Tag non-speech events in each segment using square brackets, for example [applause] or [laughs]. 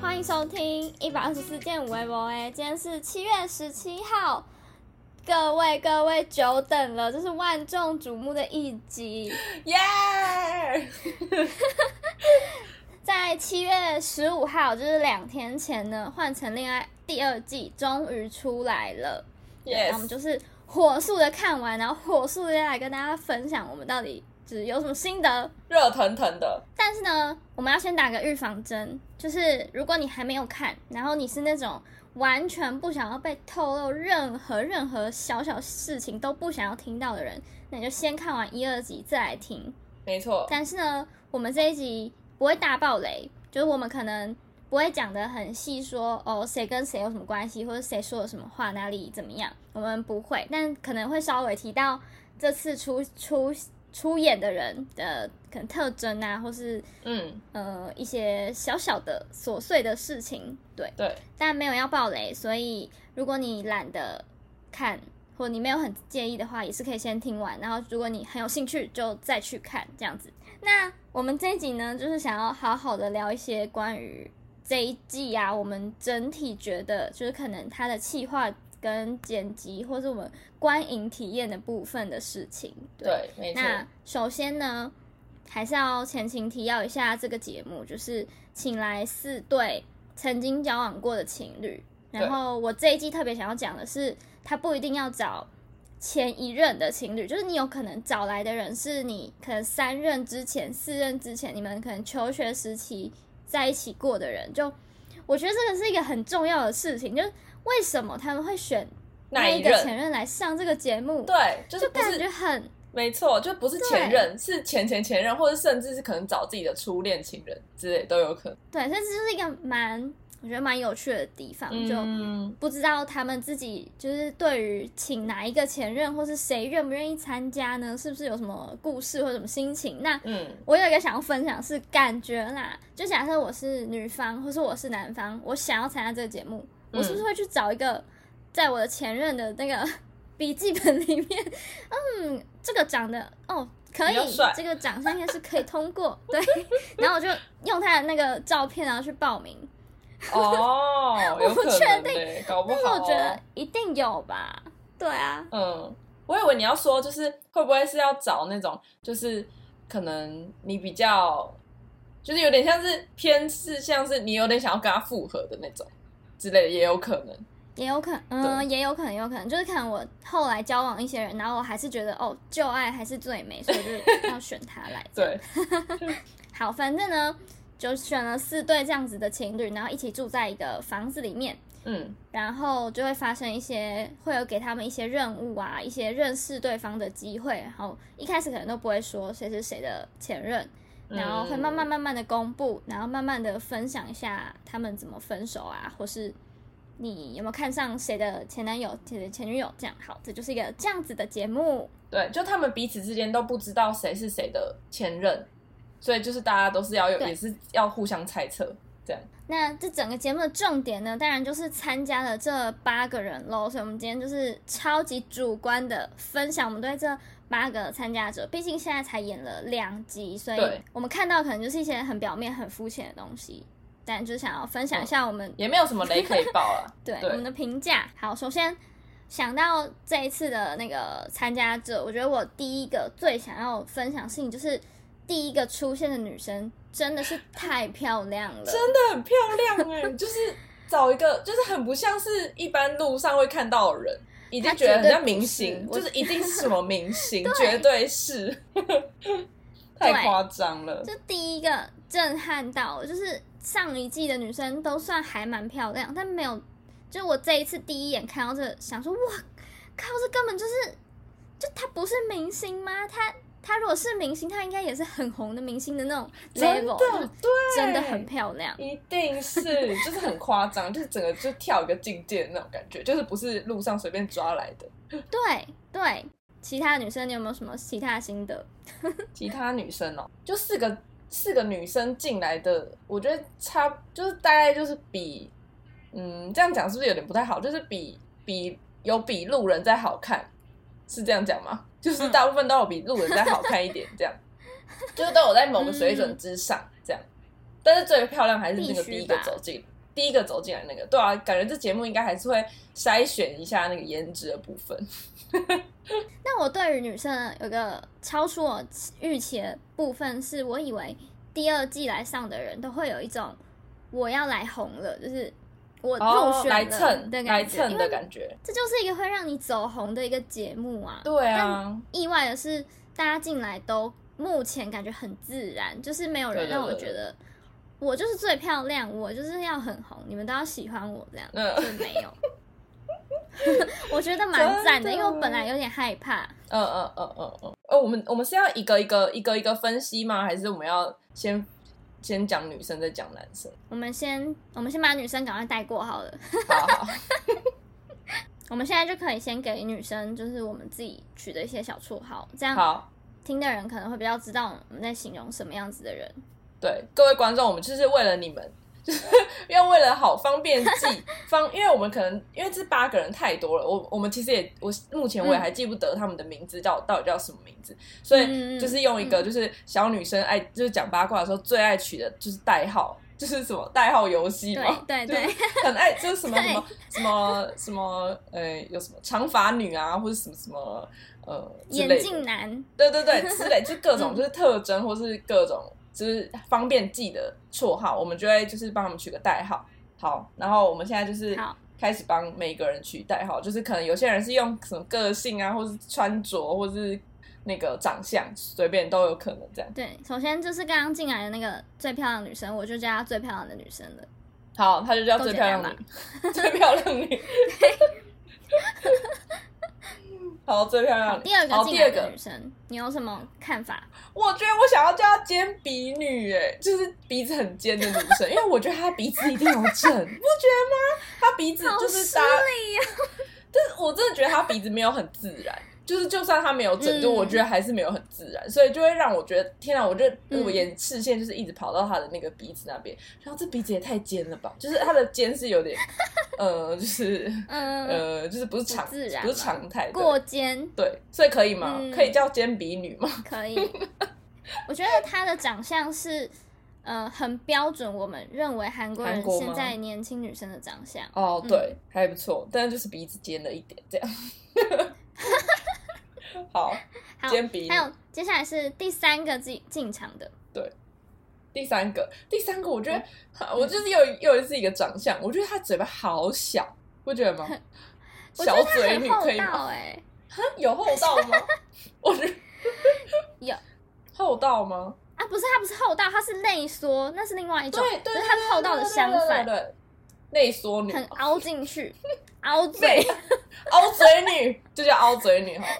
欢迎收听一百二十四件微博哎，今天是七月十七号，各位各位久等了，这是万众瞩目的一集。 [laughs] 耶！在七月十五号，就是两天前呢，《换成恋爱》第二季终于出来了，对然后我们 Yes，就是火速的看完，然后火速的来跟大家分享我们到底就是有什么心得。热腾腾的，但是呢，我们要先打个预防针，就是如果你还没有看，然后你是那种完全不想要被透露任何任何小小事情都不想要听到的人，那你就先看完一二集再来听。没错，但是呢，我们这一集不会大爆雷，就是我们可能不会讲的很细说哦谁跟谁有什么关系，或者谁说了什么话，哪里怎么样，我们不会，但可能会稍微提到这次出出出演的人的可能特征啊，或是嗯，呃一些小小的琐碎的事情，对，对，但没有要爆雷，所以如果你懒得看，或你没有很介意的话，也是可以先听完，然后如果你很有兴趣就再去看这样子。那我们这一集呢，就是想要好好的聊一些关于这一季啊，我们整体觉得就是可能它的企划跟剪辑，或是我们观影体验的部分的事情，对。对，没错，那首先呢，还是要前情提要一下这个节目，就是请来四对曾经交往过的情侣。然后我这一季特别想要讲的是，他不一定要找前一任的情侣，就是你有可能找来的人是你可能三任之前、四任之前，你们可能求学时期在一起过的人。就我觉得这个是一个很重要的事情，就是为什么他们会选那那一一个任前任来上这个节目，对，啊就是就不感觉是很没错，就不是前任，是前前前任，或者甚至是可能找自己的初恋情人之类都有可能。对，所以这就是一个蛮我觉得蛮有趣的地方，就嗯，不知道他们自己就是对于请哪一个前任或是谁愿不愿意参加呢，是不是有什么故事或者什么心情？那嗯，我有一个想要分享是感觉啦，就假设我是女方或是我是男方，我想要参加这个节目，嗯我是不是会去找一个在我的前任的那个 [laughs] 笔记本里面，嗯，这个长得哦可比较以帅，这个长相应该是可以通过，对， [laughs] 然后我就用他的那个照片然后去报名，哦，有可 [laughs] 我不确能定欸搞不但好是哦。我觉得一定有吧，对啊，嗯，我以为你要说就是会不会是要找那种就是可能你比较就是有点像是偏是像是你有点想要跟他复合的那种之类的，也有可能。也有可能，嗯，也有可能，有可能就是可能我后来交往一些人，然后我还是觉得哦，旧爱还是最美，所以我就要选他来。对，好，反正呢，就选了四对这样子的情侣，然后一起住在一个房子里面，嗯，然后就会发生一些，会有给他们一些任务啊，一些认识对方的机会，然后一开始可能都不会说谁是谁的前任，然后会慢慢慢慢的公布，然后慢慢的分享一下他们怎么分手啊，或是你有没有看上谁的前男友、谁的前女友这样。好，这就是一个这样子的节目。对，就他们彼此之间都不知道谁是谁的前任，所以就是大家都是要有，对也是要互相猜测。这样，那这整个节目的重点呢，当然就是参加了这八个人喽，所以我们今天就是超级主观的分享我们对这八个参加者，毕竟现在才演了两集，所以对我们看到可能就是一些很表面、很肤浅的东西，但就是想要分享一下我们哦也没有什么雷可以爆啊。对对我们的评价。好，首先想到这一次的那个参加者，我觉得我第一个最想要分享的事情就是第一个出现的女生真的是太漂亮了，真的很漂亮哎、 [laughs] 就是找一个，就是很不像是一般路上会看到的人，已经觉得很像明星，他绝对不就是是一定是什么 [laughs] 明星，绝对是， [laughs] 太夸张了。这第一个震撼到我，就是上一季的女生都算还蛮漂亮，但没有，就我这一次第一眼看到这，想说哇靠，这根本就是，就她不是明星吗？她她如果是明星，她应该也是很红的明星的那种真 level，的就是对，真的很漂亮。一定是，就是很夸张，就是整个就跳一个境界的那种感觉，就是不是路上随便抓来的。对对，其他女生你有没有什么其他心得？其他女生哦，就四个四个女生进来的，我觉得差就是大概就是比，嗯，这样讲是不是有点不太好？就是比比有比路人再好看，是这样讲吗？嗯就是大部分都有比路人再好看一点，这 [laughs] 样，就是都有在某个水准之上这样。但是最漂亮还是那个必须第一个吧走进第一个走进来那个，对啊，感觉这节目应该还是会筛选一下那个颜值的部分。那我对于女生有个超出我预期的部分，是我以为第二季来上的人都会有一种我要来红了，就是我入哦，选来了蹭的来感觉，蹭因的为感觉，这就是一个会让你走红的一个节目啊。对啊，意外的是，大家进来都目前感觉很自然，就是没有人对对让我对觉得我就是最漂亮，我就是要很红，你们都要喜欢我这样，嗯就是没有。 [laughs] 我觉得蛮赞真的，的因为我本来有点害怕。嗯嗯嗯嗯嗯，呃，我们我们是要一个一个一个一个分析吗？还是我们要先先讲女生再讲男生？我们先，我们先把女生赶快带过好了。好好，我们现在就可以先给女生，就是我们自己取的一些小绰号，这 [laughs] 样好，听的人可能会比较知道我们在形容什么样子的 [laughs] 人。对各位观众，我们就是为了你们， [laughs] 就是要为了好方便记方，因为我们可能因为这八个人太多了，我我们其实也我目前我也还记不得他们的名字叫到底叫什么名字，所嗯嗯以嗯就是用一个就是小女生爱就是讲八卦的时候最爱取的就是代号。 [laughs] 就是什么代号游戏嘛，对对就是哎对很爱就是什么对什么什么什么，呃，有什么长发女啊，或者什么什么，呃，之类眼的镜男，对对对，之类就各种嗯就是特征，或是各种就是方便记的绰号，我们就会就是帮他们取个代号。好，然后我们现在就是好开始帮每个人取代号，就是可能有些人是用什么个性啊，或是穿着，或是那个长相，随便都有可能这样。对，首先就是刚刚进来的那个最漂亮的女生，我就叫她最漂亮的女生了。好，她就叫都最简漂单亮女， [laughs] 最漂亮女。 [laughs] 好，最漂亮女。第二个好进第来二的个女，生，你有什么看法？我觉得我想要叫她尖鼻女，哎，就是鼻子很尖的女生，因为我觉得她鼻子一定有整，你不觉得吗？她鼻子就好是失大家，礼啊呀、但是我真的觉得她鼻子没有很自然，就是就算她没有整，就嗯我觉得还是没有很自然，所以就会让我觉得天啊，我觉得嗯我眼视线就是一直跑到她的那个鼻子那边，然后这鼻子也太尖了吧，就是她的尖是有点，呃，就是嗯，呃，就是不是常不自然不是嘛常态对过肩对，所以可以吗？嗯可以叫尖鼻女吗？可 [laughs] 以。我觉得她的长相是，呃，很标准，我们认为韩国人韩国吗现在年轻女生的长相。哦，嗯对，还不错，但是就是鼻子尖了一点，这样。好，好，尖鼻还有接下来是第三个进进场的，第三个，第三个，我觉得、我就是又又是一个长相，我觉得他嘴巴好小，不觉得吗？我觉小得她嘴女很厚可以道吗？哎、她有厚道吗？我觉得有厚道吗？啊，不是，她不是厚道，她是内缩，那是另外一种，对对，就是她厚道的对对相对反对，对内缩女很嘛凹进 [laughs] 去，凹对嘴。，凹嘴女就叫凹嘴女好了，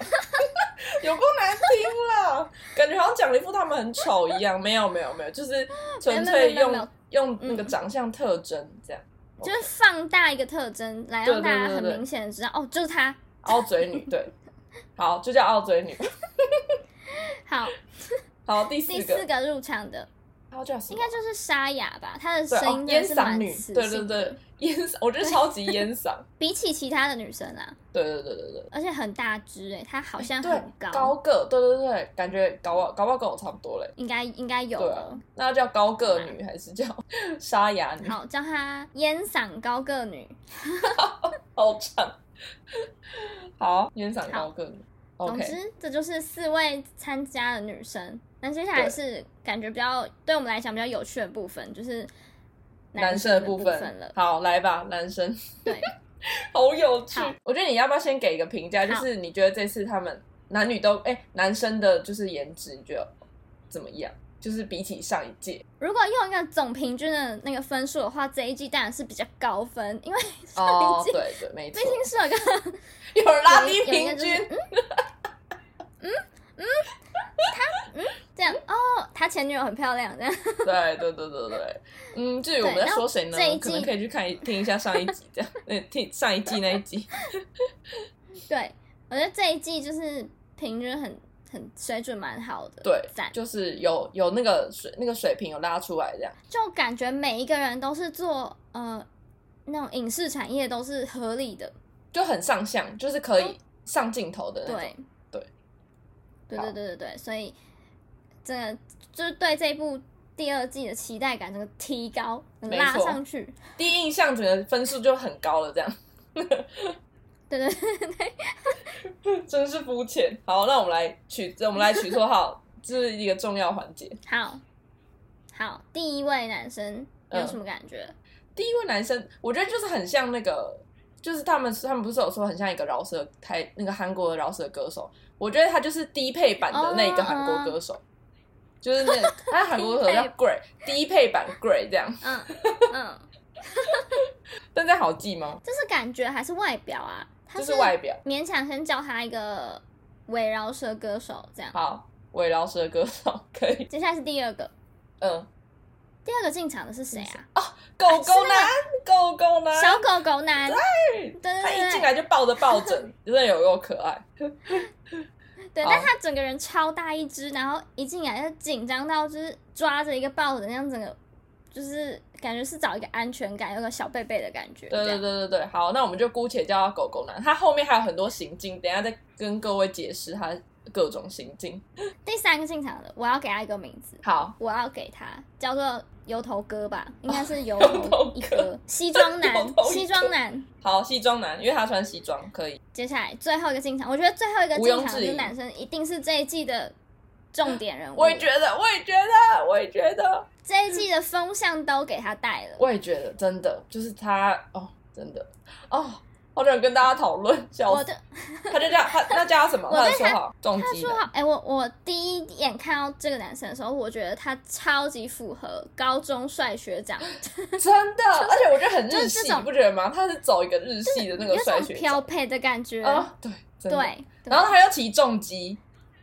有够难听了，感觉好像讲了一副他们很丑一样。没有没有没有，就是纯粹没有没有没有没有用用那个长相特征这样。 [laughs] 就是放大一个特征，来对让对大家对很对明显的知道，哦，就是他。凹嘴女对，好就叫凹嘴女。好，好，第四第个四，个入场的她叫什应么该？就是沙雅吧，她的对声哦音，真烟的是嗓蛮女，磁对对性的对，烟嗓，我觉得超级烟嗓，比起其他的女生啊，对对对对对。而且很大只哎，她好像对很，高个，对对对，感觉搞不好搞不好跟我差不多嘞。应该应该有对啊了。，那要叫高个女还是叫沙哑女？好，叫她烟嗓高个女。[laughs] 好长。好，烟嗓高个女。总 OK，之，这就是四位参加的女生。那接下来对是感觉比较对我们来讲比较有趣的部分，就是男生生部部分了。好，来吧，男生， [laughs] 对，好有趣好。我觉得你要不要先给一个评价，就好是你觉得这次他们男女都，哎，男生的就是颜值，你觉得怎么样？就是比起上一届如果用一个总平均的那个分数的话，这一季当然是比较高分，因为 [laughs] 上哦一，季对对，没毕 [laughs] 错，竟是有个 [laughs] 有人拉低有一个平就是均，这样哦，他前女友很漂亮这样。 [laughs] [laughs] 对对对对对，嗯，至于我们对在说谁呢然后这一？可能季可以去看一听一下上一集，这样， [laughs] 嗯，听上一季那一集，对，我觉得这一季就是平均很很水准蛮好的，对赞，就是有有那个水那个水平有拉出来这样。就感觉每一个人都是做呃那种影视产业都是合理的，就很上相，就是可以上镜头的那种。嗯对，对对，好对对对对，所以这就是对这一部第二季的期待感整个提高，整个没拉错上去。第一印象整个分数就很高了，这样 [laughs] 对对 [laughs] 对对，真是肤浅。好，那我们来取，我们来取绰号， [laughs] 这是一个重要环节。好，好，第一位男生有嗯什么感 [laughs] 觉？第一位男生，我觉得就是很像那个，就是他们他们不是有说很像一个饶舌台那个韩国的饶舌歌手，我觉得他就是低配版的那一个韩国歌哦手就是那个他韩国歌手叫啊 [laughs] 低 Gray，低配版 Gray 这样，嗯嗯，但这样好记吗？这是感觉还是外表啊？他就是外表勉强先叫他一个围绕舌歌手这样。好，伪饶舌歌手 [laughs] 可以，接下来是第二个，嗯，第二个进场的是谁啊？狗狗男，狗狗男，小狗狗男。对对他一对嗯哎对进来就抱着抱枕， [laughs] 真的有够 [laughs] 可爱。对，好但他整个人超大一只，然后一进来就紧张到就是抓着一个抱枕那样，整个就是感觉是找一个安全感，有个小贝贝的感觉。对这对样对对对，好，那我们就姑且叫他狗狗男。他后面还有很多行径，等一下再跟各位解释他各种行径。第三个进场的，我要给他一个名字，好，我要给他叫做油头哥吧，应该是 [laughs] 油头头一哥哥，西装油男头一，哥西装男。好，西装男，因为他穿西装可以。接下来最后一个进场，我觉得最后一个毋进庸场置的疑男生一定是这一季的重点人物。我也觉得，我也觉得，我也觉得，这一季的风向都给他带了。我也觉得，真的就是他哦，真的哦，好想跟大家讨论，笑我死。的他就叫他，那叫他什 [laughs] 么？我他的对他绰号重他击说的。好，哎、我我第一眼看到这个男生的时候，我觉得他超级符合高中帅学长，真的，而且我觉得 [laughs] 很就是日这系，种你不觉得吗？他是走一个日系的那个有帅种学飘配的感觉。啊，对，真的。哦对，对然后他又骑重机，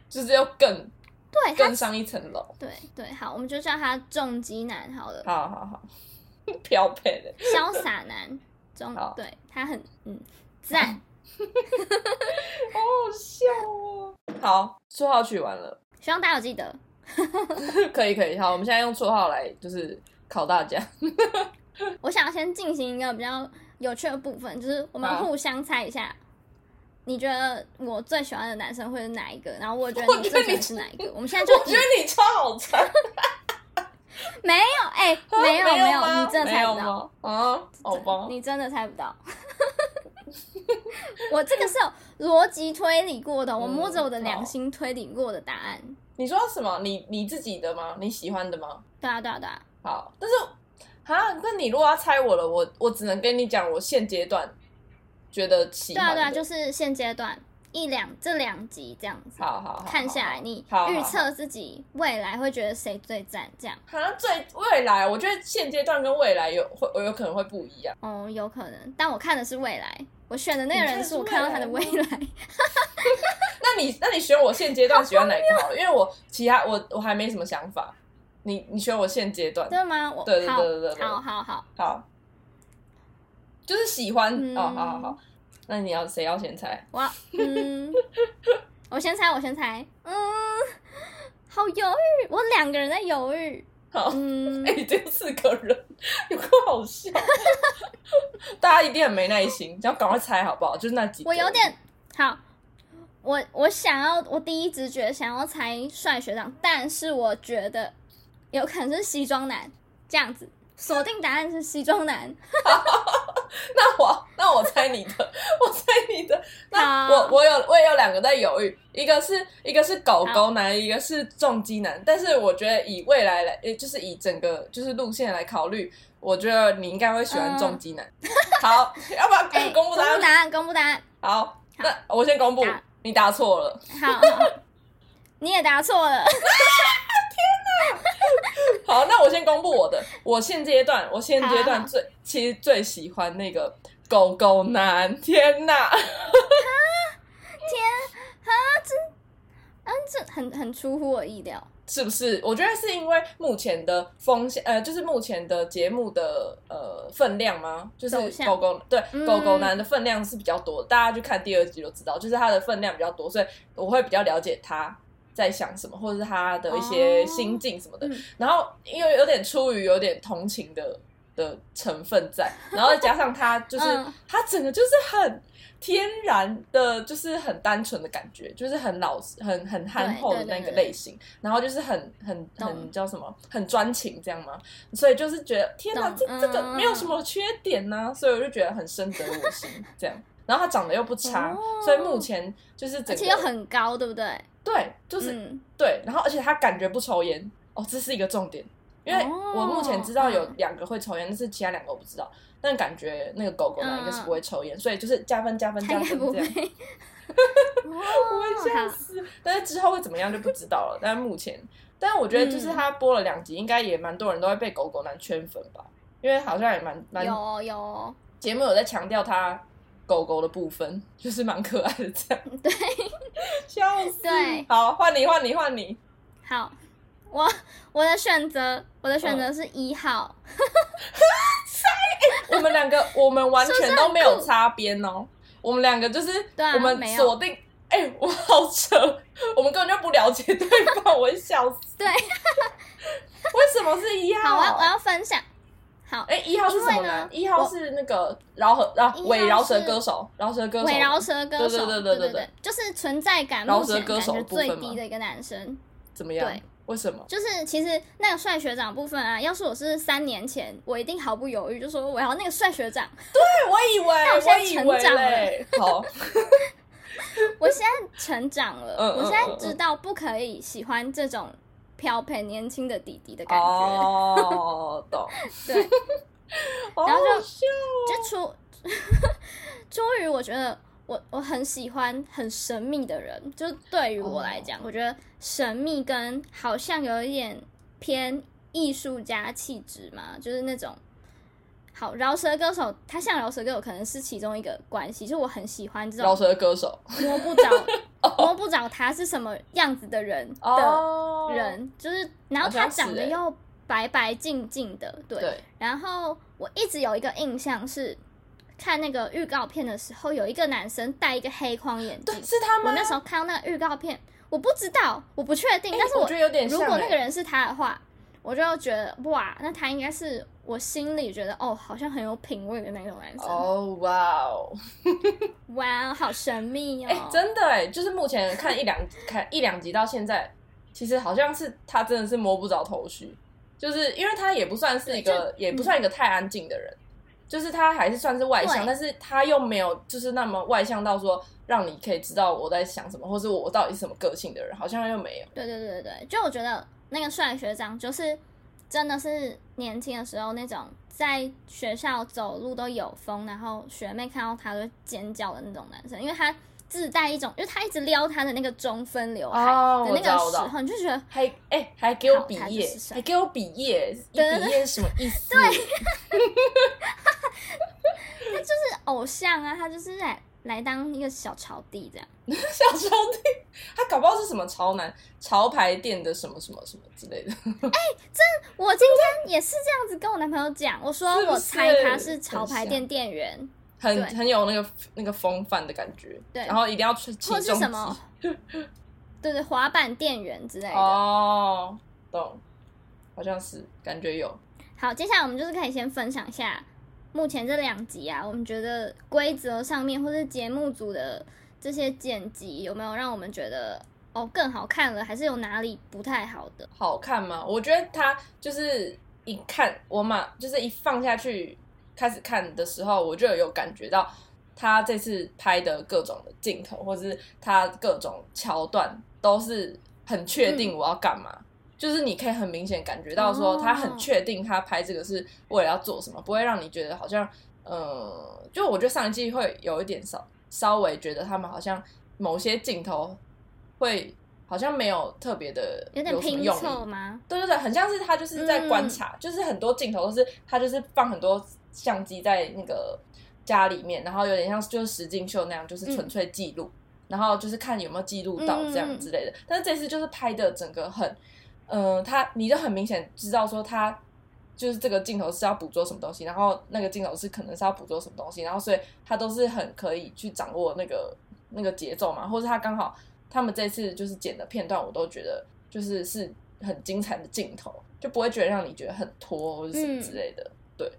就是又更对他更上一层楼。对对，好，我们就叫他重击男好了，好好 [laughs] 好，飘配的。潇洒男中好，对他很嗯赞。好好笑哦。好，绰号取完了， [laughs] 希望大家有记得，可以可以。好，我们现在用绰号来就是考大家。我想要先进行一个比较有趣的部分，就是我们好互相猜一下，你觉得我最喜欢的男生会是哪一个？然后我觉我得你觉最得喜欢是你哪一个？我们现在就我觉得你超好猜，没有， [laughs] 哎、 [laughs] 没有没有，吗你真的没猜有不到，吗？啊，好吧。你真的猜不到。 [laughs] 我这个是有逻辑推理过的，我嗯摸着我的良心推理过的答案。你说什么？你你自己的吗？你喜欢的吗？对啊，对啊，对啊，好，但是啊，那你如果要猜我了，我我只能跟你讲，我现阶段觉得喜对啊，欢对的。啊，就是现阶段一两这两集这样子，好好好，看下来好你好好预测自己未来会觉得谁最赞，这样好像最未来，我觉得现阶段跟未来有会，我有可能会不一样。哦，有可能。但我看的是未来，我选的那个你看人的是是我看到他的未未来。 [laughs] 那你那你选我现阶段喜欢哪一个好了，因为我其他我我还没什么想法。你你选我现阶段真的吗？我对对对对对对好好好好，好，就是喜欢、嗯哦，好好好。那你要谁要先猜？我要 [laughs] 嗯，我先猜，我先猜，嗯，好犹豫，我两个人在犹豫，好，嗯哎、，只有四个人，有够好笑。 [laughs] 大家一定很没耐心，只要赶快猜好不好？就是那几个我有点好，我我想要，我第一直觉想要猜帅学长，但是我觉得有可能是西装男这样子，锁定答案是西装男，那我那我猜你的，我猜你的。那好我我有我也有两个在犹豫，一个是一个是狗狗男，一个是重击男。但是我觉得以未来来，呃就是以整个就是路线来考虑，我觉得你应该会喜欢重击男。好，要不嗯哎、要公布答案？答案，公布答案，好，那我先公布答，你答错了。好，好好 [laughs] 你也答错了，好，那我先公布我的，我现阶段我现阶好段好最其实最喜欢那个狗狗男。天哪！嗯，这很很出乎我意料，是不是？我觉得是因为目前的风向，呃，就是目前的节目的呃分量吗？就是走向狗狗对、嗯狗狗男的分量是比较多，大家去看第二集就知道，就是他的分量比较多，所以我会比较了解他在想什么，或者是他的一些哦心境什么的。嗯然后因为有点出于有点同情的。的成分在，然后再加上它就是、嗯它整个就是很天然的，就是很单纯的感觉，就是很老实、很很憨厚的对对那对个类型，然后就是很很懂很叫什么，很专情这样吗？所以就是觉得天哪，懂这这个嗯嗯嗯没有什么缺点呐、所以我就觉得很深得我心这样。然后它长得又不差，哦所以目前就是而整个且又很高，对不对？对，就是嗯，对，然后而且他感觉不抽烟哦，这是一个重点，因为哦我目前知道有嗯两个会抽烟，但是其他两个我不知道。但感觉那个狗狗呢，嗯一个是不会抽烟，所以就是加分加分他加应该分不这会。样。 [laughs] 我我会吓死！但是之后会怎么样就不知道了。但是目前，但是我觉得嗯就是他播了两集，应该也蛮多人都会被狗狗男圈粉吧，因为好像也蛮蛮有有，节目有在强调他狗狗的部分，就是蛮可爱的这样。 [laughs] 对，笑死！对好，换你，换你，换你。好，我我的选择，我的选嗯择是一号，我们两个，我们完全都没是不是很有酷擦边哦。我们两个就是，对啊我们没有锁定，哎、我好扯，我们根本就不了解对方，我会笑死。 [laughs] 对，为什么是一好，啊号我？要我要分享。好，哎，一、号是什么因为呢呢？一号是那个饶舌，饶一号伪饶舌是歌手，饶舌歌手，伪饶舌歌手，对对对对对对对就是存在感饶目舌前歌感手觉部分最吗低的一个男生。怎么样对？为什么？就是其实那个帅学长部分啊，要是我是三年前，我一定毫不犹豫就说我要那个帅学长。 [laughs] 对，我以我现在为，成我以为长嘞， [laughs] 好，我现在成长了，嗯嗯我现在知道不可以喜欢这种漂配年轻的弟弟的感觉。哦，懂， [laughs] 哦对，好然后就好笑就出 [laughs] 出于我觉得我我很喜欢很神秘的人，就对于哦我来讲，我觉得神秘跟好像有一点偏艺术家气质嘛，就是那种。好，饶舌歌手，他像饶舌歌手可能是其中一个关系，就我很喜欢这饶种舌歌手摸不 [laughs] 着、摸不着他是什么样子的人的哦，人，就是然后好像他长是得欸又白白净净的，对，对，然后我一直有一个印象是，看那个预告片的时候，有一个男生戴一个黑框眼镜对，。是他我吗？那时候看到那个预告片，我不知道，我不确定，哎但是我觉得有点如像果那欸个人是他的话，我就觉得哇，那他应该是我心里觉得哦，好像很有品味的那种男生。哦，哇哦！哇，好神秘哎、哦！真的哎，就是目前看一两看一两集到现在，其实好像是他真的是摸不着头绪，就是因为他也不算是一个，也嗯不算一个太安静的人，就是他还是算是外对向，但是他又没有就是那么外向到说让你可以知道我在想什么，或是我到底是什么个性的人，好像又没有。对对对对对，就我觉得那个帅学长就是真的是年轻的时候那种在学校走路都有风，然后学妹看到他都会尖叫的那种男生，因为他自带一种，就是他一直撩他的那个中分刘海哦的我那知道个我时知道候，你就觉得还哎、还给我好比他耶就是，帅还给我比耶，一对 [laughs] 对比耶是什么意思？对，是偶像啊，他就是来来当一个小潮弟这样。小兄弟，他搞不好是什么潮男潮牌店的什么什么什么之类的。我今天也是这样子跟我男朋友讲，我说是不我猜是他是潮牌很像店店员，很对很有那个那个风范的感觉，对然后一定要去起或重是机什么， [laughs] 对对，滑板店员之类的。哦，懂，好像是感觉有，好，接下来我们就是可以先分享一下目前这两集啊，我们觉得规则上面或是节目组的这些剪辑有没有让我们觉得哦更好看了，还是有哪里不太好的？好看吗？我觉得它就是一看我马就是一放下去开始看的时候，我就有感觉到他这次拍的各种的镜头，或是他各种桥段都是很确定我要干嘛。就是你可以很明显感觉到说哦他很确定他拍这个是为了要做什么，不会让你觉得好像，呃，就我觉得上一季会有一点少，稍微觉得他们好像某些镜头会好像没有特别的有点什么拼用凑意，吗？对对对，很像是他就是在观察，就是很多镜头都是他就是放很多相机在那个家里面，然后有点像就是实境秀那样，就是纯粹记录，然后就是看有没有记录到嗯这样之类的。但是这次就是拍的整个很，呃，他你就很明显知道说他就是这个镜头是要捕捉什么东西，然后那个镜头是可能是要捕捉什么东西，然后所以他都是很可以去掌握那个那个节奏嘛，或者他刚好他们这次就是剪的片段，我都觉得就是是很精彩的镜头，就不会觉得让你觉得很拖或者什么之类的。对，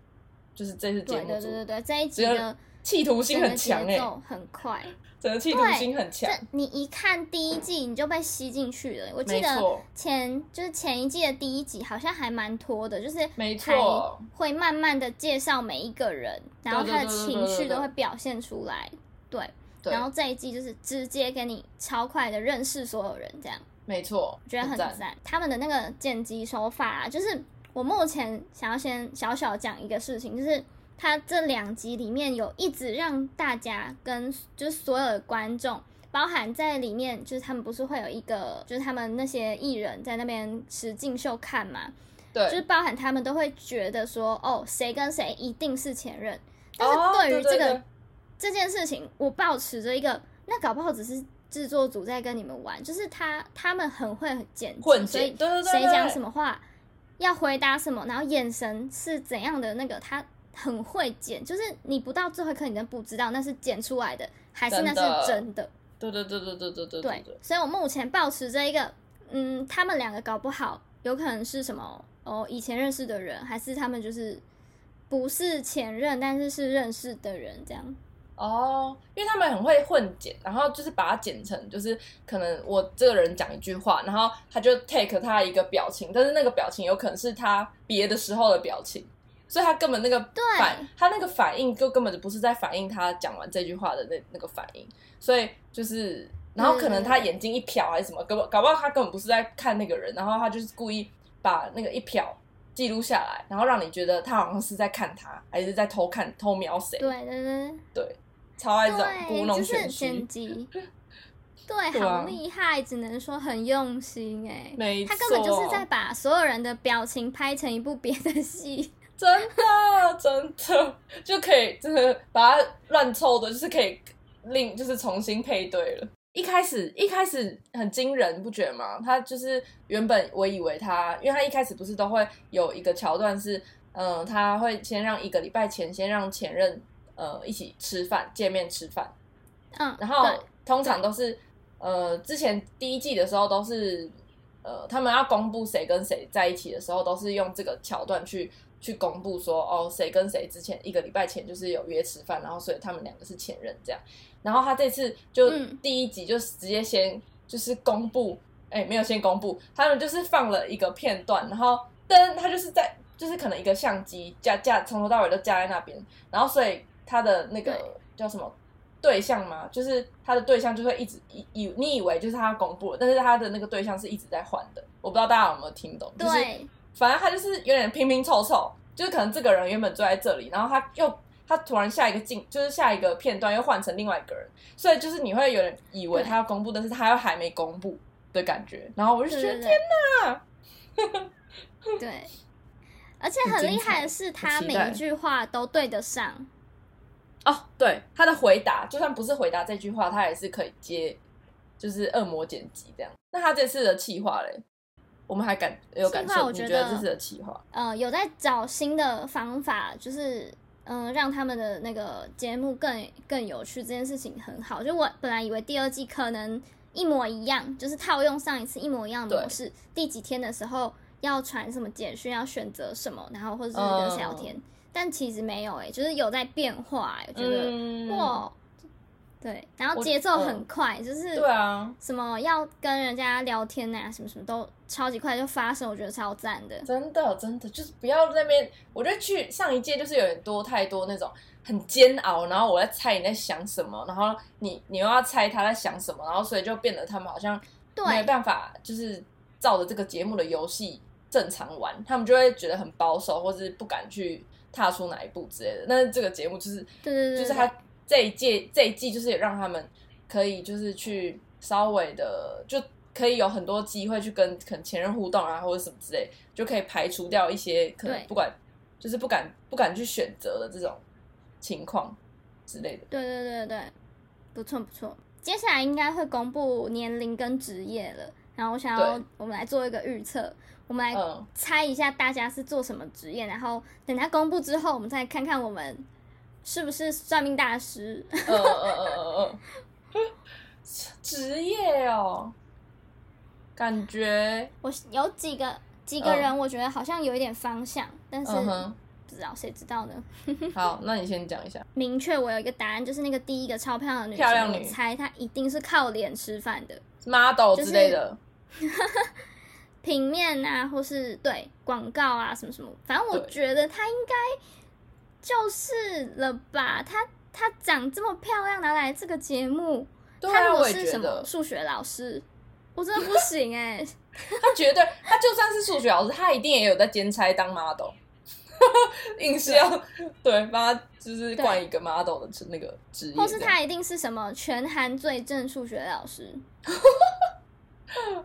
就是这次节嗯对目对组对对对，这一集只有的企整图心个很强哎、节奏很快，整个企图心很这强，你一看第一季你就被吸进去了。我记没得错，前就是前一季的第一集好像还蛮拖的，就是没还错会慢慢的介绍每一个人，然后对他的对对对情绪对对都会表现出来。对，对，然后这一季就是直接给你超快的认识所有人，这样没错，我觉得很赞，赞。他们的那个剪辑手法、啊，就是我目前想要先小小讲一个事情，就是他这两集里面有一直让大家跟就是所有的观众。包含在里面，就是他们不是会有一个，就是他们那些艺人在那边实境秀看嘛，就对是，包含他们都会觉得说，哦，谁跟谁一定是前任。但是哦对于对这个、对这件事情，我保持着一个，那搞不好只是制作组在跟你们玩，就是他他们很会很剪辑，混所剪，以对对对，谁讲什么？么话，要回答什么，然后眼神是怎样的那个，他很会剪，就是你不到最后一刻你都不知道那是剪出来的还是那真的是真的。对对对对对对对对对，所以我目前保持着一个，嗯，他们两个搞不好有可能是什么哦，以前认识的人，还是他们就是不是前任，但是是认识的人这样。哦，因为他们很会混剪，然后就是把它剪成，就是可能我这个人讲一句话，然后他就 take 他一个表情，但是那个表情有可能是他别的时候的表情，所以他根本那个对反，他那个反应就根本就不是在反应他讲完这句话的那那个反应，所以就是，然后可能他眼睛一瞟还是什么，搞不搞不好他根本不是在看那个人，然后他就是故意把那个一瞟记录下来，然后让你觉得他好像是在看他，还是在偷看偷瞄谁。对对对超爱这种对，故就弄是玄剪虚， [laughs] 辑，对，对啊好厉害，只能说很用心哎、没错，他根本就是在把所有人的表情拍成一部别的戏，真的真的就可以，真的把它乱凑的，就是可以另就是重新配对了。一开始一开始很惊人，不觉得吗？他就是原本我以为他，因为他一开始不是都会有一个桥段是，嗯，他会先让一个礼拜前先让前任呃一起吃饭见面吃饭，嗯，然后对通常都是呃，之前第一季的时候都是呃，他们要公布谁跟谁在一起的时候，都是用这个桥段去去公布说哦，谁跟谁之前一个礼拜前就是有约吃饭，然后所以他们两个是前任这样。然后他这次就、嗯第一集就直接先就是公布，哎，没有先公布，他们就是放了一个片段，然后灯他就是在就是可能一个相机架架从头到尾都架在那边，然后所以他的那对个叫什么对象嘛，就是他的对象就会一直以以你以为就是他公布了，但是他的那个对象是一直在换的。我不知道大家有没有听懂，就是对反正他就是有点拼拼凑凑，就是可能这个人原本坐在这里，然后他又他突然下一个镜，就是下一个片段又换成另外一个人，所以就是你会有点以为对他要公布，但是他又还没公布的感觉。然后我就对觉得对天对哪 [laughs] 对，而且很很精厉害彩的是，他期每待一句话都对得上。哦，对他的回答，就算不是回答这句话，他也是可以接，就是恶魔剪辑这样。那他这次的企划嘞，我们还感有感企划受？我你觉得觉得这次的企划？呃，有在找新的方法，就是嗯、呃让他们的那个节目更更有趣，这件事情很好。就我本来以为第二季可能一模一样，就是套用上一次一模一样的模对式，第几天的时候要传什么简讯，要选择什么，然后或者是跟谁聊嗯天，但其实没有诶、就是有在变化、欸，我觉嗯得、哇，对，然后我节奏嗯很快，就是对啊，什么要跟人家聊天呐、什么什么都超级快就发生，我觉得超赞的。真的，真的就是不要在那边。我觉得去上一届就是有点多太多那种很煎熬，然后我在猜你在想什么，然后你你又要猜他在想什么，然后所以就变得他们好像对没有办法，就是照着这个节目的游戏正常玩，他们就会觉得很保守，或是不敢去踏出哪一步之类的。但是这个节目就是对对对，就是对他这一届这一季就是也让他们可以就是去稍微的就可以有很多机会去跟可能前任互动啊或者什么之类，就可以排除掉一些可能对不管就是不敢不敢去选择的这种情况之类的。对对对对，不错不错。接下来应该会公布年龄跟职业了，然后我想要对我们来做一个预测，我们来嗯，猜一下大家是做什么职业，然后等它公布之后，我们再看看我们是不是算命大师。嗯嗯嗯嗯嗯嗯， [laughs] 职业哦，感觉 [laughs] 我有几个几个嗯人，我觉得好像有一点方向，但是嗯哼，不知道，谁知道呢？好，那你先讲一下。明确我有一个答案，就是那个第一个超漂亮的女生，漂亮女我猜她一定是靠脸吃饭的， model 就是之类的，平面啊，或是对广告啊什么什么，反正我对觉得她应该就是了吧。她她长这么漂亮，拿来这个节目，对她啊，如果我也是觉什么得数学老师，我真的 [laughs] 不行哎、他绝对，他就算是数学老师，他一定也有在兼差当 model，硬是要对帮他就是对冠一个 model 的职那个职业这样，或是她一定是什么全韩最正数学老师，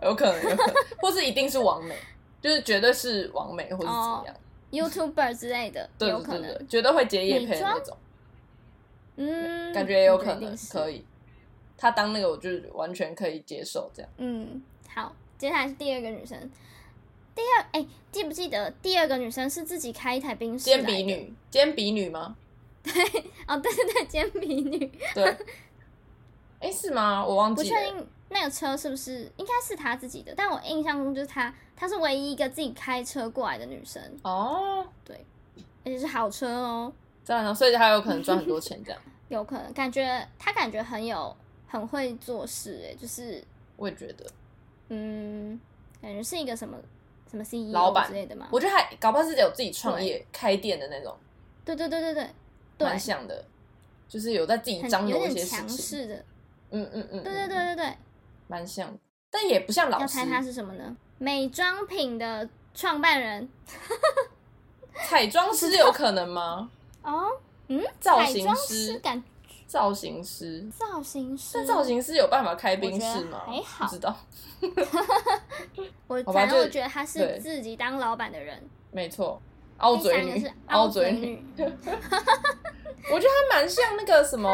有可能，有可能，或是一定是完美，就是绝对是完美，或是怎么样， YouTuber 之类的，对哦有对可对能。对，绝对会接叶配美的妆那种，嗯，感觉也有可一定能是可以。他当那个，我就是完全可以接受这样。嗯，好，接下来是第二个女生。第二，哎、记不记得第二个女生是自己开一台冰室来尖的鼻女，尖鼻女吗？哦， [laughs] 对对对，尖鼻女，对。哎，是吗？我忘不记确了。定那个车是不是应该是她自己的，但我印象中就是她，她是唯一一个自己开车过来的女生，哦，而且是好车哦，这样，所以他有可能赚很多钱这样。有可能感觉她感觉很有很会做事、哎，就是我也觉得，嗯，感觉是一个什么什么 CEO 老板之类的嘛，我觉得还搞不好是有自己创业开店的那种，对对对对对对蛮，像的，就是有在自己张很有罗一点些事强情。势的，嗯嗯嗯，对对嗯对，嗯对对。蛮像的，但也不像老要师猜。他是什么呢？美妆品的创办人彩妆师有可能吗？哦，嗯，造彩型妆师师感造型师，造型师，但造，型师有办法开冰我室觉得吗？还好不知道，我好吧反正我就觉得他是对自己当老板的人。没错，凹第嘴三个女是，凹嘴嘴女，， [laughs] 我觉得她蛮像那个什么，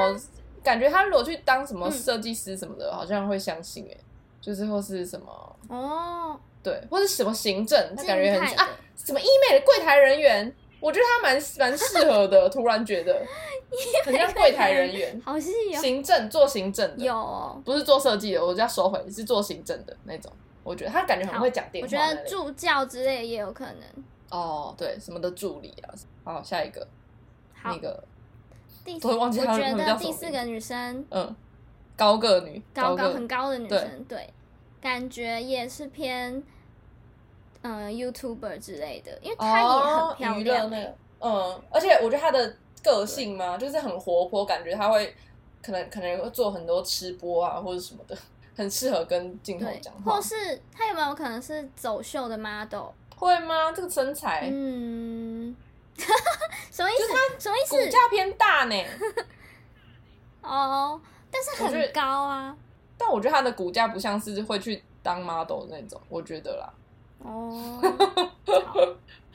感觉她如果去当什么嗯设计师什么的，好像会相信哎，就是或是什么。哦，对，或是什么行政，她感觉很静态的啊，什么医美的柜台人员，我觉得她蛮蛮适合 [laughs] 的。突然觉得，很像柜台人员，好细哦，行政做行政的，有哦，不是做设计的，我就要收回，是做行政的那种。我觉得他感觉很会讲电我话觉那类的。得助教之类也有可能。哦，对，什么的助理啊。好，下一个好那，个，第四我忘记我她觉她们得叫什么第名字四个女生嗯，高个女，高高个很高的女对生，对，感觉也是偏。嗯、y o u t u b e r 之类的，因为她也很漂哦娱乐亮、那个，嗯，而且我觉得她的个性嘛，就是很活泼，感觉她会可能可能会做很多吃播啊或者什么的， [laughs] 很适合跟镜头对讲，话或。是他有没有可能是走秀的 model？会吗？这个身材、嗯， [laughs] 什么意思？什么意骨思？架偏大呢， [laughs] 哦，但是我觉很得高啊。但我觉得她的骨架不像是会去当 model 的那种，我觉得啦。哦， [laughs]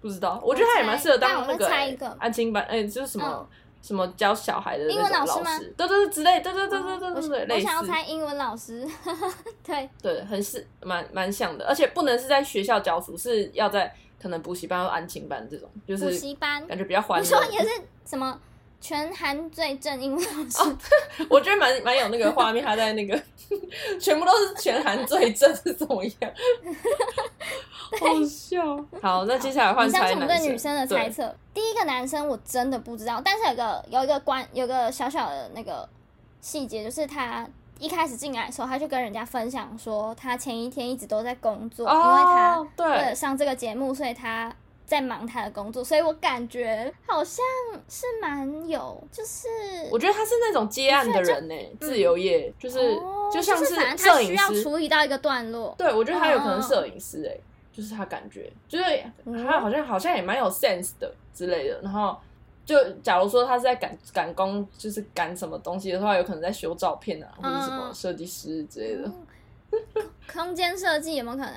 不知道，我觉得他也蛮适合当那但我会个、猜一个嗯安亲班，哎、就是什么、什么教小孩的那英文种老师吗师，对对对，之类，对对对对对我对对，我类似想要，猜英文老师， [laughs] 对，对，很是蛮蛮像的，而且不能是在学校教书，是要在可能补习班或安亲班这种，就补是习班。感觉比较欢你说乐。也是什么全韩最正英文老师？ [laughs] 我觉得蛮蛮有那个画面，他在那个 [laughs] 全部都是全韩最正是怎么 [laughs] 样？好笑。好，那接下来换以上猜是我们对男女生的猜测。第一个男生我真的不知道，但是有个有一个关有个小小的那个细节，就是他一开始进来的时候，他就跟人家分享说，他前一天一直都在工作，对因为他哦，为了对，上这个节目，所以他在忙他的工作，所以我感觉好像是蛮有，就是我觉得他是那种接案的人呢、欸自由业、就是、哦就像是反正他摄需影要师，处理到一个段落，对我觉得他有嗯可嗯能嗯摄影师哎、就是他感觉就是嗯他好像好像也蛮有 sense 的之类的，然后。就假如说他是在赶赶工，就是赶什么东西的话，有可能在修照片啊，或者什么嗯设计师之类的，嗯空间设计有没有可能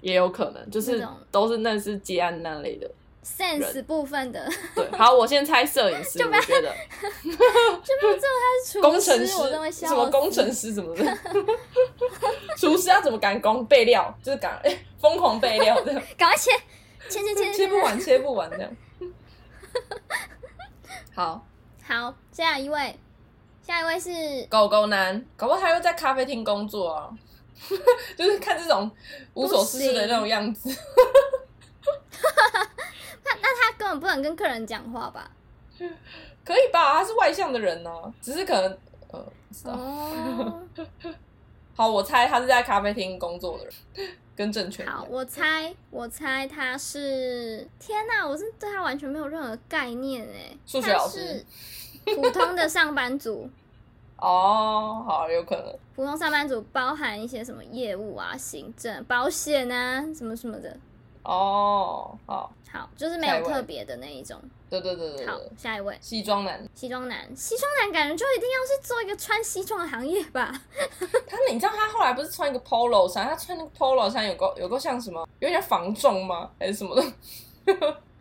也有可能就是那种都是那是接案那类的。 sense 部分的？ [laughs] 对，好，我先猜摄影师，我觉得这不工是厨师，程师我都会笑什么死工程师什么的， [laughs] 厨师要怎么赶工备料，就是赶 [laughs] 哎疯狂备料这样，赶快切切切切切不完切不完 [laughs] 这样。好，好，下一位，下一位是狗狗男，搞不好他又在咖啡厅工作啊， [laughs] 就是看这种无所事事的那种样子。他，本不能跟客人讲话吧？可以吧？他是外向的人呢、哦只是可能呃，不知道哦，好，我猜他是在咖啡厅工作的人，跟正确一 [laughs] 好样，。我猜，我猜他是天哪，我是对他完全没有任何概念哎，数学老他师是普通的上班族， [laughs] 哦，好，有可能。普通上班族包含一些什么业务啊、行政、保险啊什么什么的。哦，好，好，就是没下一有位特别的那一种。对对对对好对，，下一位，西装男，西装男。西装男感觉就一定要是做一个穿西装的行业吧？他你知道他后来不是穿一个 polo 衫，他穿那个 polo 衫有够有够像什么，有点防重吗？还是什么的？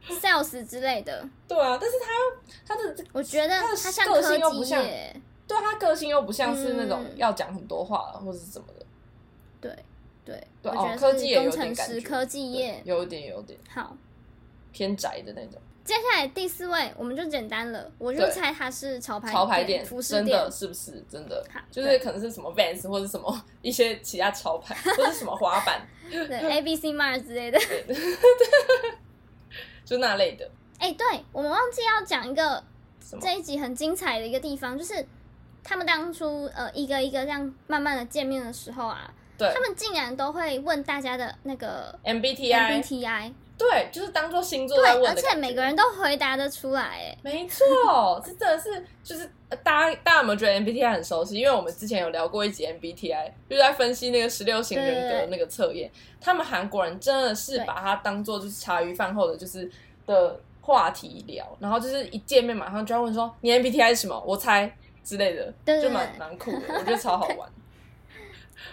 sales 之类的，对啊，但是他他的这我觉得他他的像个性科又不技像业，对他个性又不像是那种嗯要讲很多话或者是怎么的，对对，对我哦觉得科技是也有工点程感师觉科技业。有一点有一点好，偏宅的那种。接下来第四位我们就简单了，我就对猜他是潮牌潮牌店、店服饰真店的。是不是真的好？就是对可能是什么 Vans 或者什么一些其他潮 [laughs] 牌，或者什么滑板，对，A B C Mart 之类的。 [laughs] 就那类的。哎、对我们忘记要讲一个什么？这一集很精彩的一个地方，就是他们当初呃一个一个这样慢慢的见面的时候啊，对他们竟然都会问大家的那个 MBTI， MBTI，对，就是当做星座对在，问而的且感每觉。个人都回答得出来，哎，没错，这真的是就是呃大家大家有没有觉得 MBTI 很熟悉？因为我们之前有聊过一集 MBTI，就在分析那个十六型人格对对对那个测验。他们韩国人真的是对把它当做就是茶余饭后的就是的话题聊，然后就是一见面马上就要问说你 MBTI 是什么？我猜之类的，对对就蛮对蛮酷的，我觉得超好 [laughs] 玩，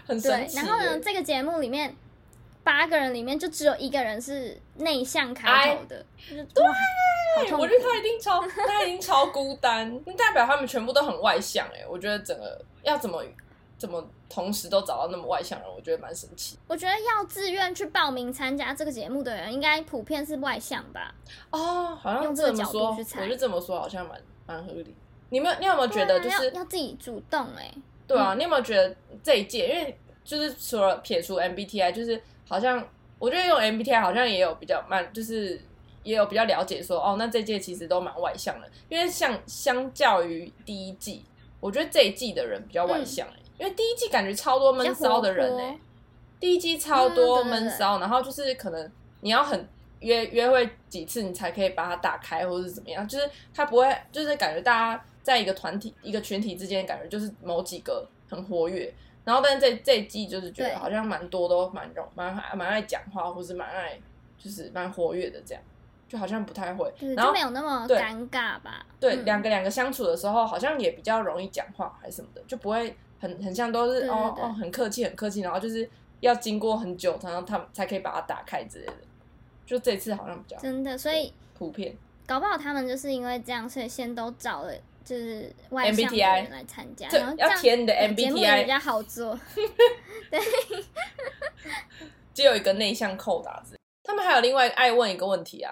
很神对，奇耶。然后呢，这个节目里面八个人里面就只有一个人是内向开头的，就是哇好哎对痛苦我觉得他一定超，他一定超孤单，那代表他们全部都很外向哎、我觉得整个要怎么怎么同时都找到那么外向人，我觉得蛮神奇我觉得要自愿去报名参加这个节目的人，应该普遍是外向吧？哦。好像用这这个么角说，度我去猜就这么说，好像蛮蛮合理。你们你有没有觉得就对啊是要要自己主动哎、对啊，你有没有觉得这一届，因为就是除了撇除 MBTI，就是好像我觉得用 MBTI 好像也有比较蛮，就是也有比较了解说，哦，那这届其实都蛮外向的，因为像相较于第一季，我觉得这一季的人比较外向、欸因为第一季感觉超多闷骚的人比呢、较活欸泼，第一季超多嗯对对对闷骚，然后就是可能你要很约约会几次，你才可以把它打开，或者是怎么样，就是他不会，就是感觉大家在一个团体、一个群体之间，感觉就是某几个很活跃，然后但是这这一季就是觉对得好像蛮多都蛮容蛮蛮爱讲话，或是蛮爱就是蛮活跃的这样，就好像不太会，就是然就后没有那么对尴尬吧？对，嗯两个两个相处的时候，好像也比较容易讲话还是什么的，就不会很很像都是对哦对对哦很客气很客气，然后就是要经过很久，然后他们才可以把它打开之类的。就这次好像比较真的，所以普遍，搞不好他们就是因为这样，所以先都找了就是外向的 MBTI 人来参加，这然后这要样填你的对节目也比 MBTI，较好做。只有一个内向扣打之类的。他们还有另外爱问一个问题啊，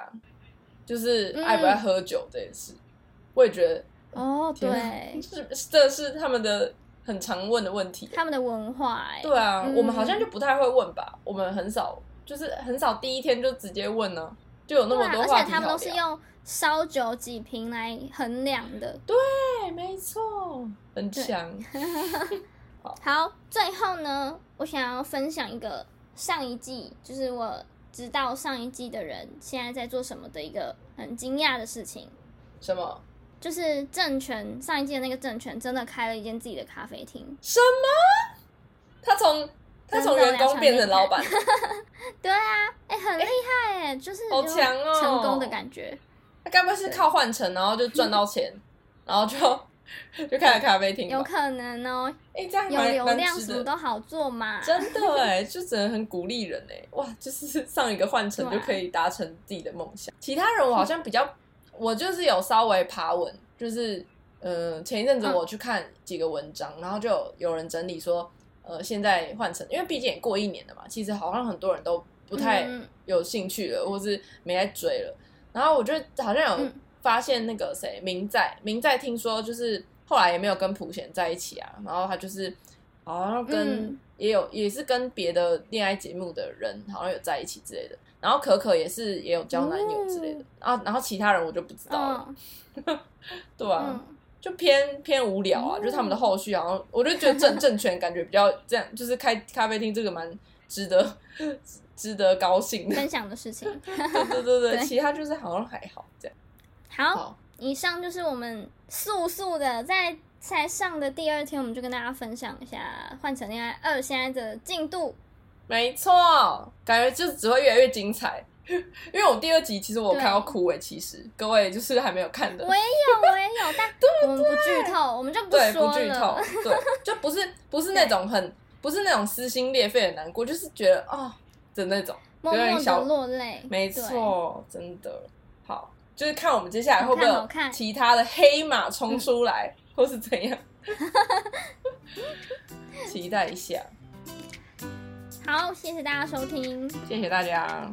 就是嗯爱不爱喝酒这件事，我也觉得哦，天哪 [laughs] 对，是是这是他们的很常问的问题。啊他们的文化哎、对啊，嗯我们好像就不太会问吧，我们很少，就是很少第一天就直接问呢、就有那对么啊，多而话且题他们好都是聊。用烧酒几瓶来衡量的。对，哎没错，很强。 [laughs] 好，最后呢，我想要分享一个上一季，就是我知道上一季的人现在在做什么的一个很惊讶的事情，什么？就是政权上一季的那个政权真的开了一间自己的咖啡厅。 [laughs] 他从他从真的员工变成老板，对啊，哎、很厉害哎、就是好有强哦成功的感觉。他该不会是靠换乘，然后就赚到钱，然后就就 [laughs] 开了咖啡厅吧？有可能哦，哎、这样有蛮流量蛮值什么得。都好做嘛。真的哎、就真的很鼓励人哎、哇！就是上一个换乘就对啊可以达成自己的梦想。其他人我好像比较，我就是有稍微爬文，就是呃前一阵子嗯我去看几个文章，然后就有有人整理说，呃现在换乘，因为毕竟也过一年了嘛，其实好像很多人都不太嗯有兴趣了，或是没在追了。然后我觉得好像有嗯发现那个谁明在，明在听说就是后来也没有跟普贤在一起啊，然后他就是好像跟、嗯也有也是跟别的恋爱节目的人好像有在一起之类的。然后可可也是也有交男友之类的，啊，然后其他人我就不知道了，哦嗯对啊，嗯，就偏偏无聊啊，嗯就是他们的后续好像我就觉得正正权感觉比较这样，就是开咖啡厅这个蛮值得值得 [laughs] 高兴的，分享的事情。对对对对，对哦其他就是好像还好这样。好，好，以上就是我们速速的在才上的第二天，我们就跟大家分享一下《换成恋爱二》现在的进度。没错，感觉就只会越来越精彩。 [laughs] 因为我第二集其实我有对看到哭诶，其实各位就是还没有看的，我也有，我也有， [laughs] 但我们不剧透，我们就不对，说不剧透了。，对，就不是不 [laughs] 是那种很不是那种撕心裂肺的难过，就是觉得啊、的那种，默有默点小的落泪，没哎对，错，真的好，就是看我们接下来好会不会看有好看嗯其他的黑马冲出来，或是怎样， [laughs] 期待一下，好，谢谢大家收听。谢谢大家。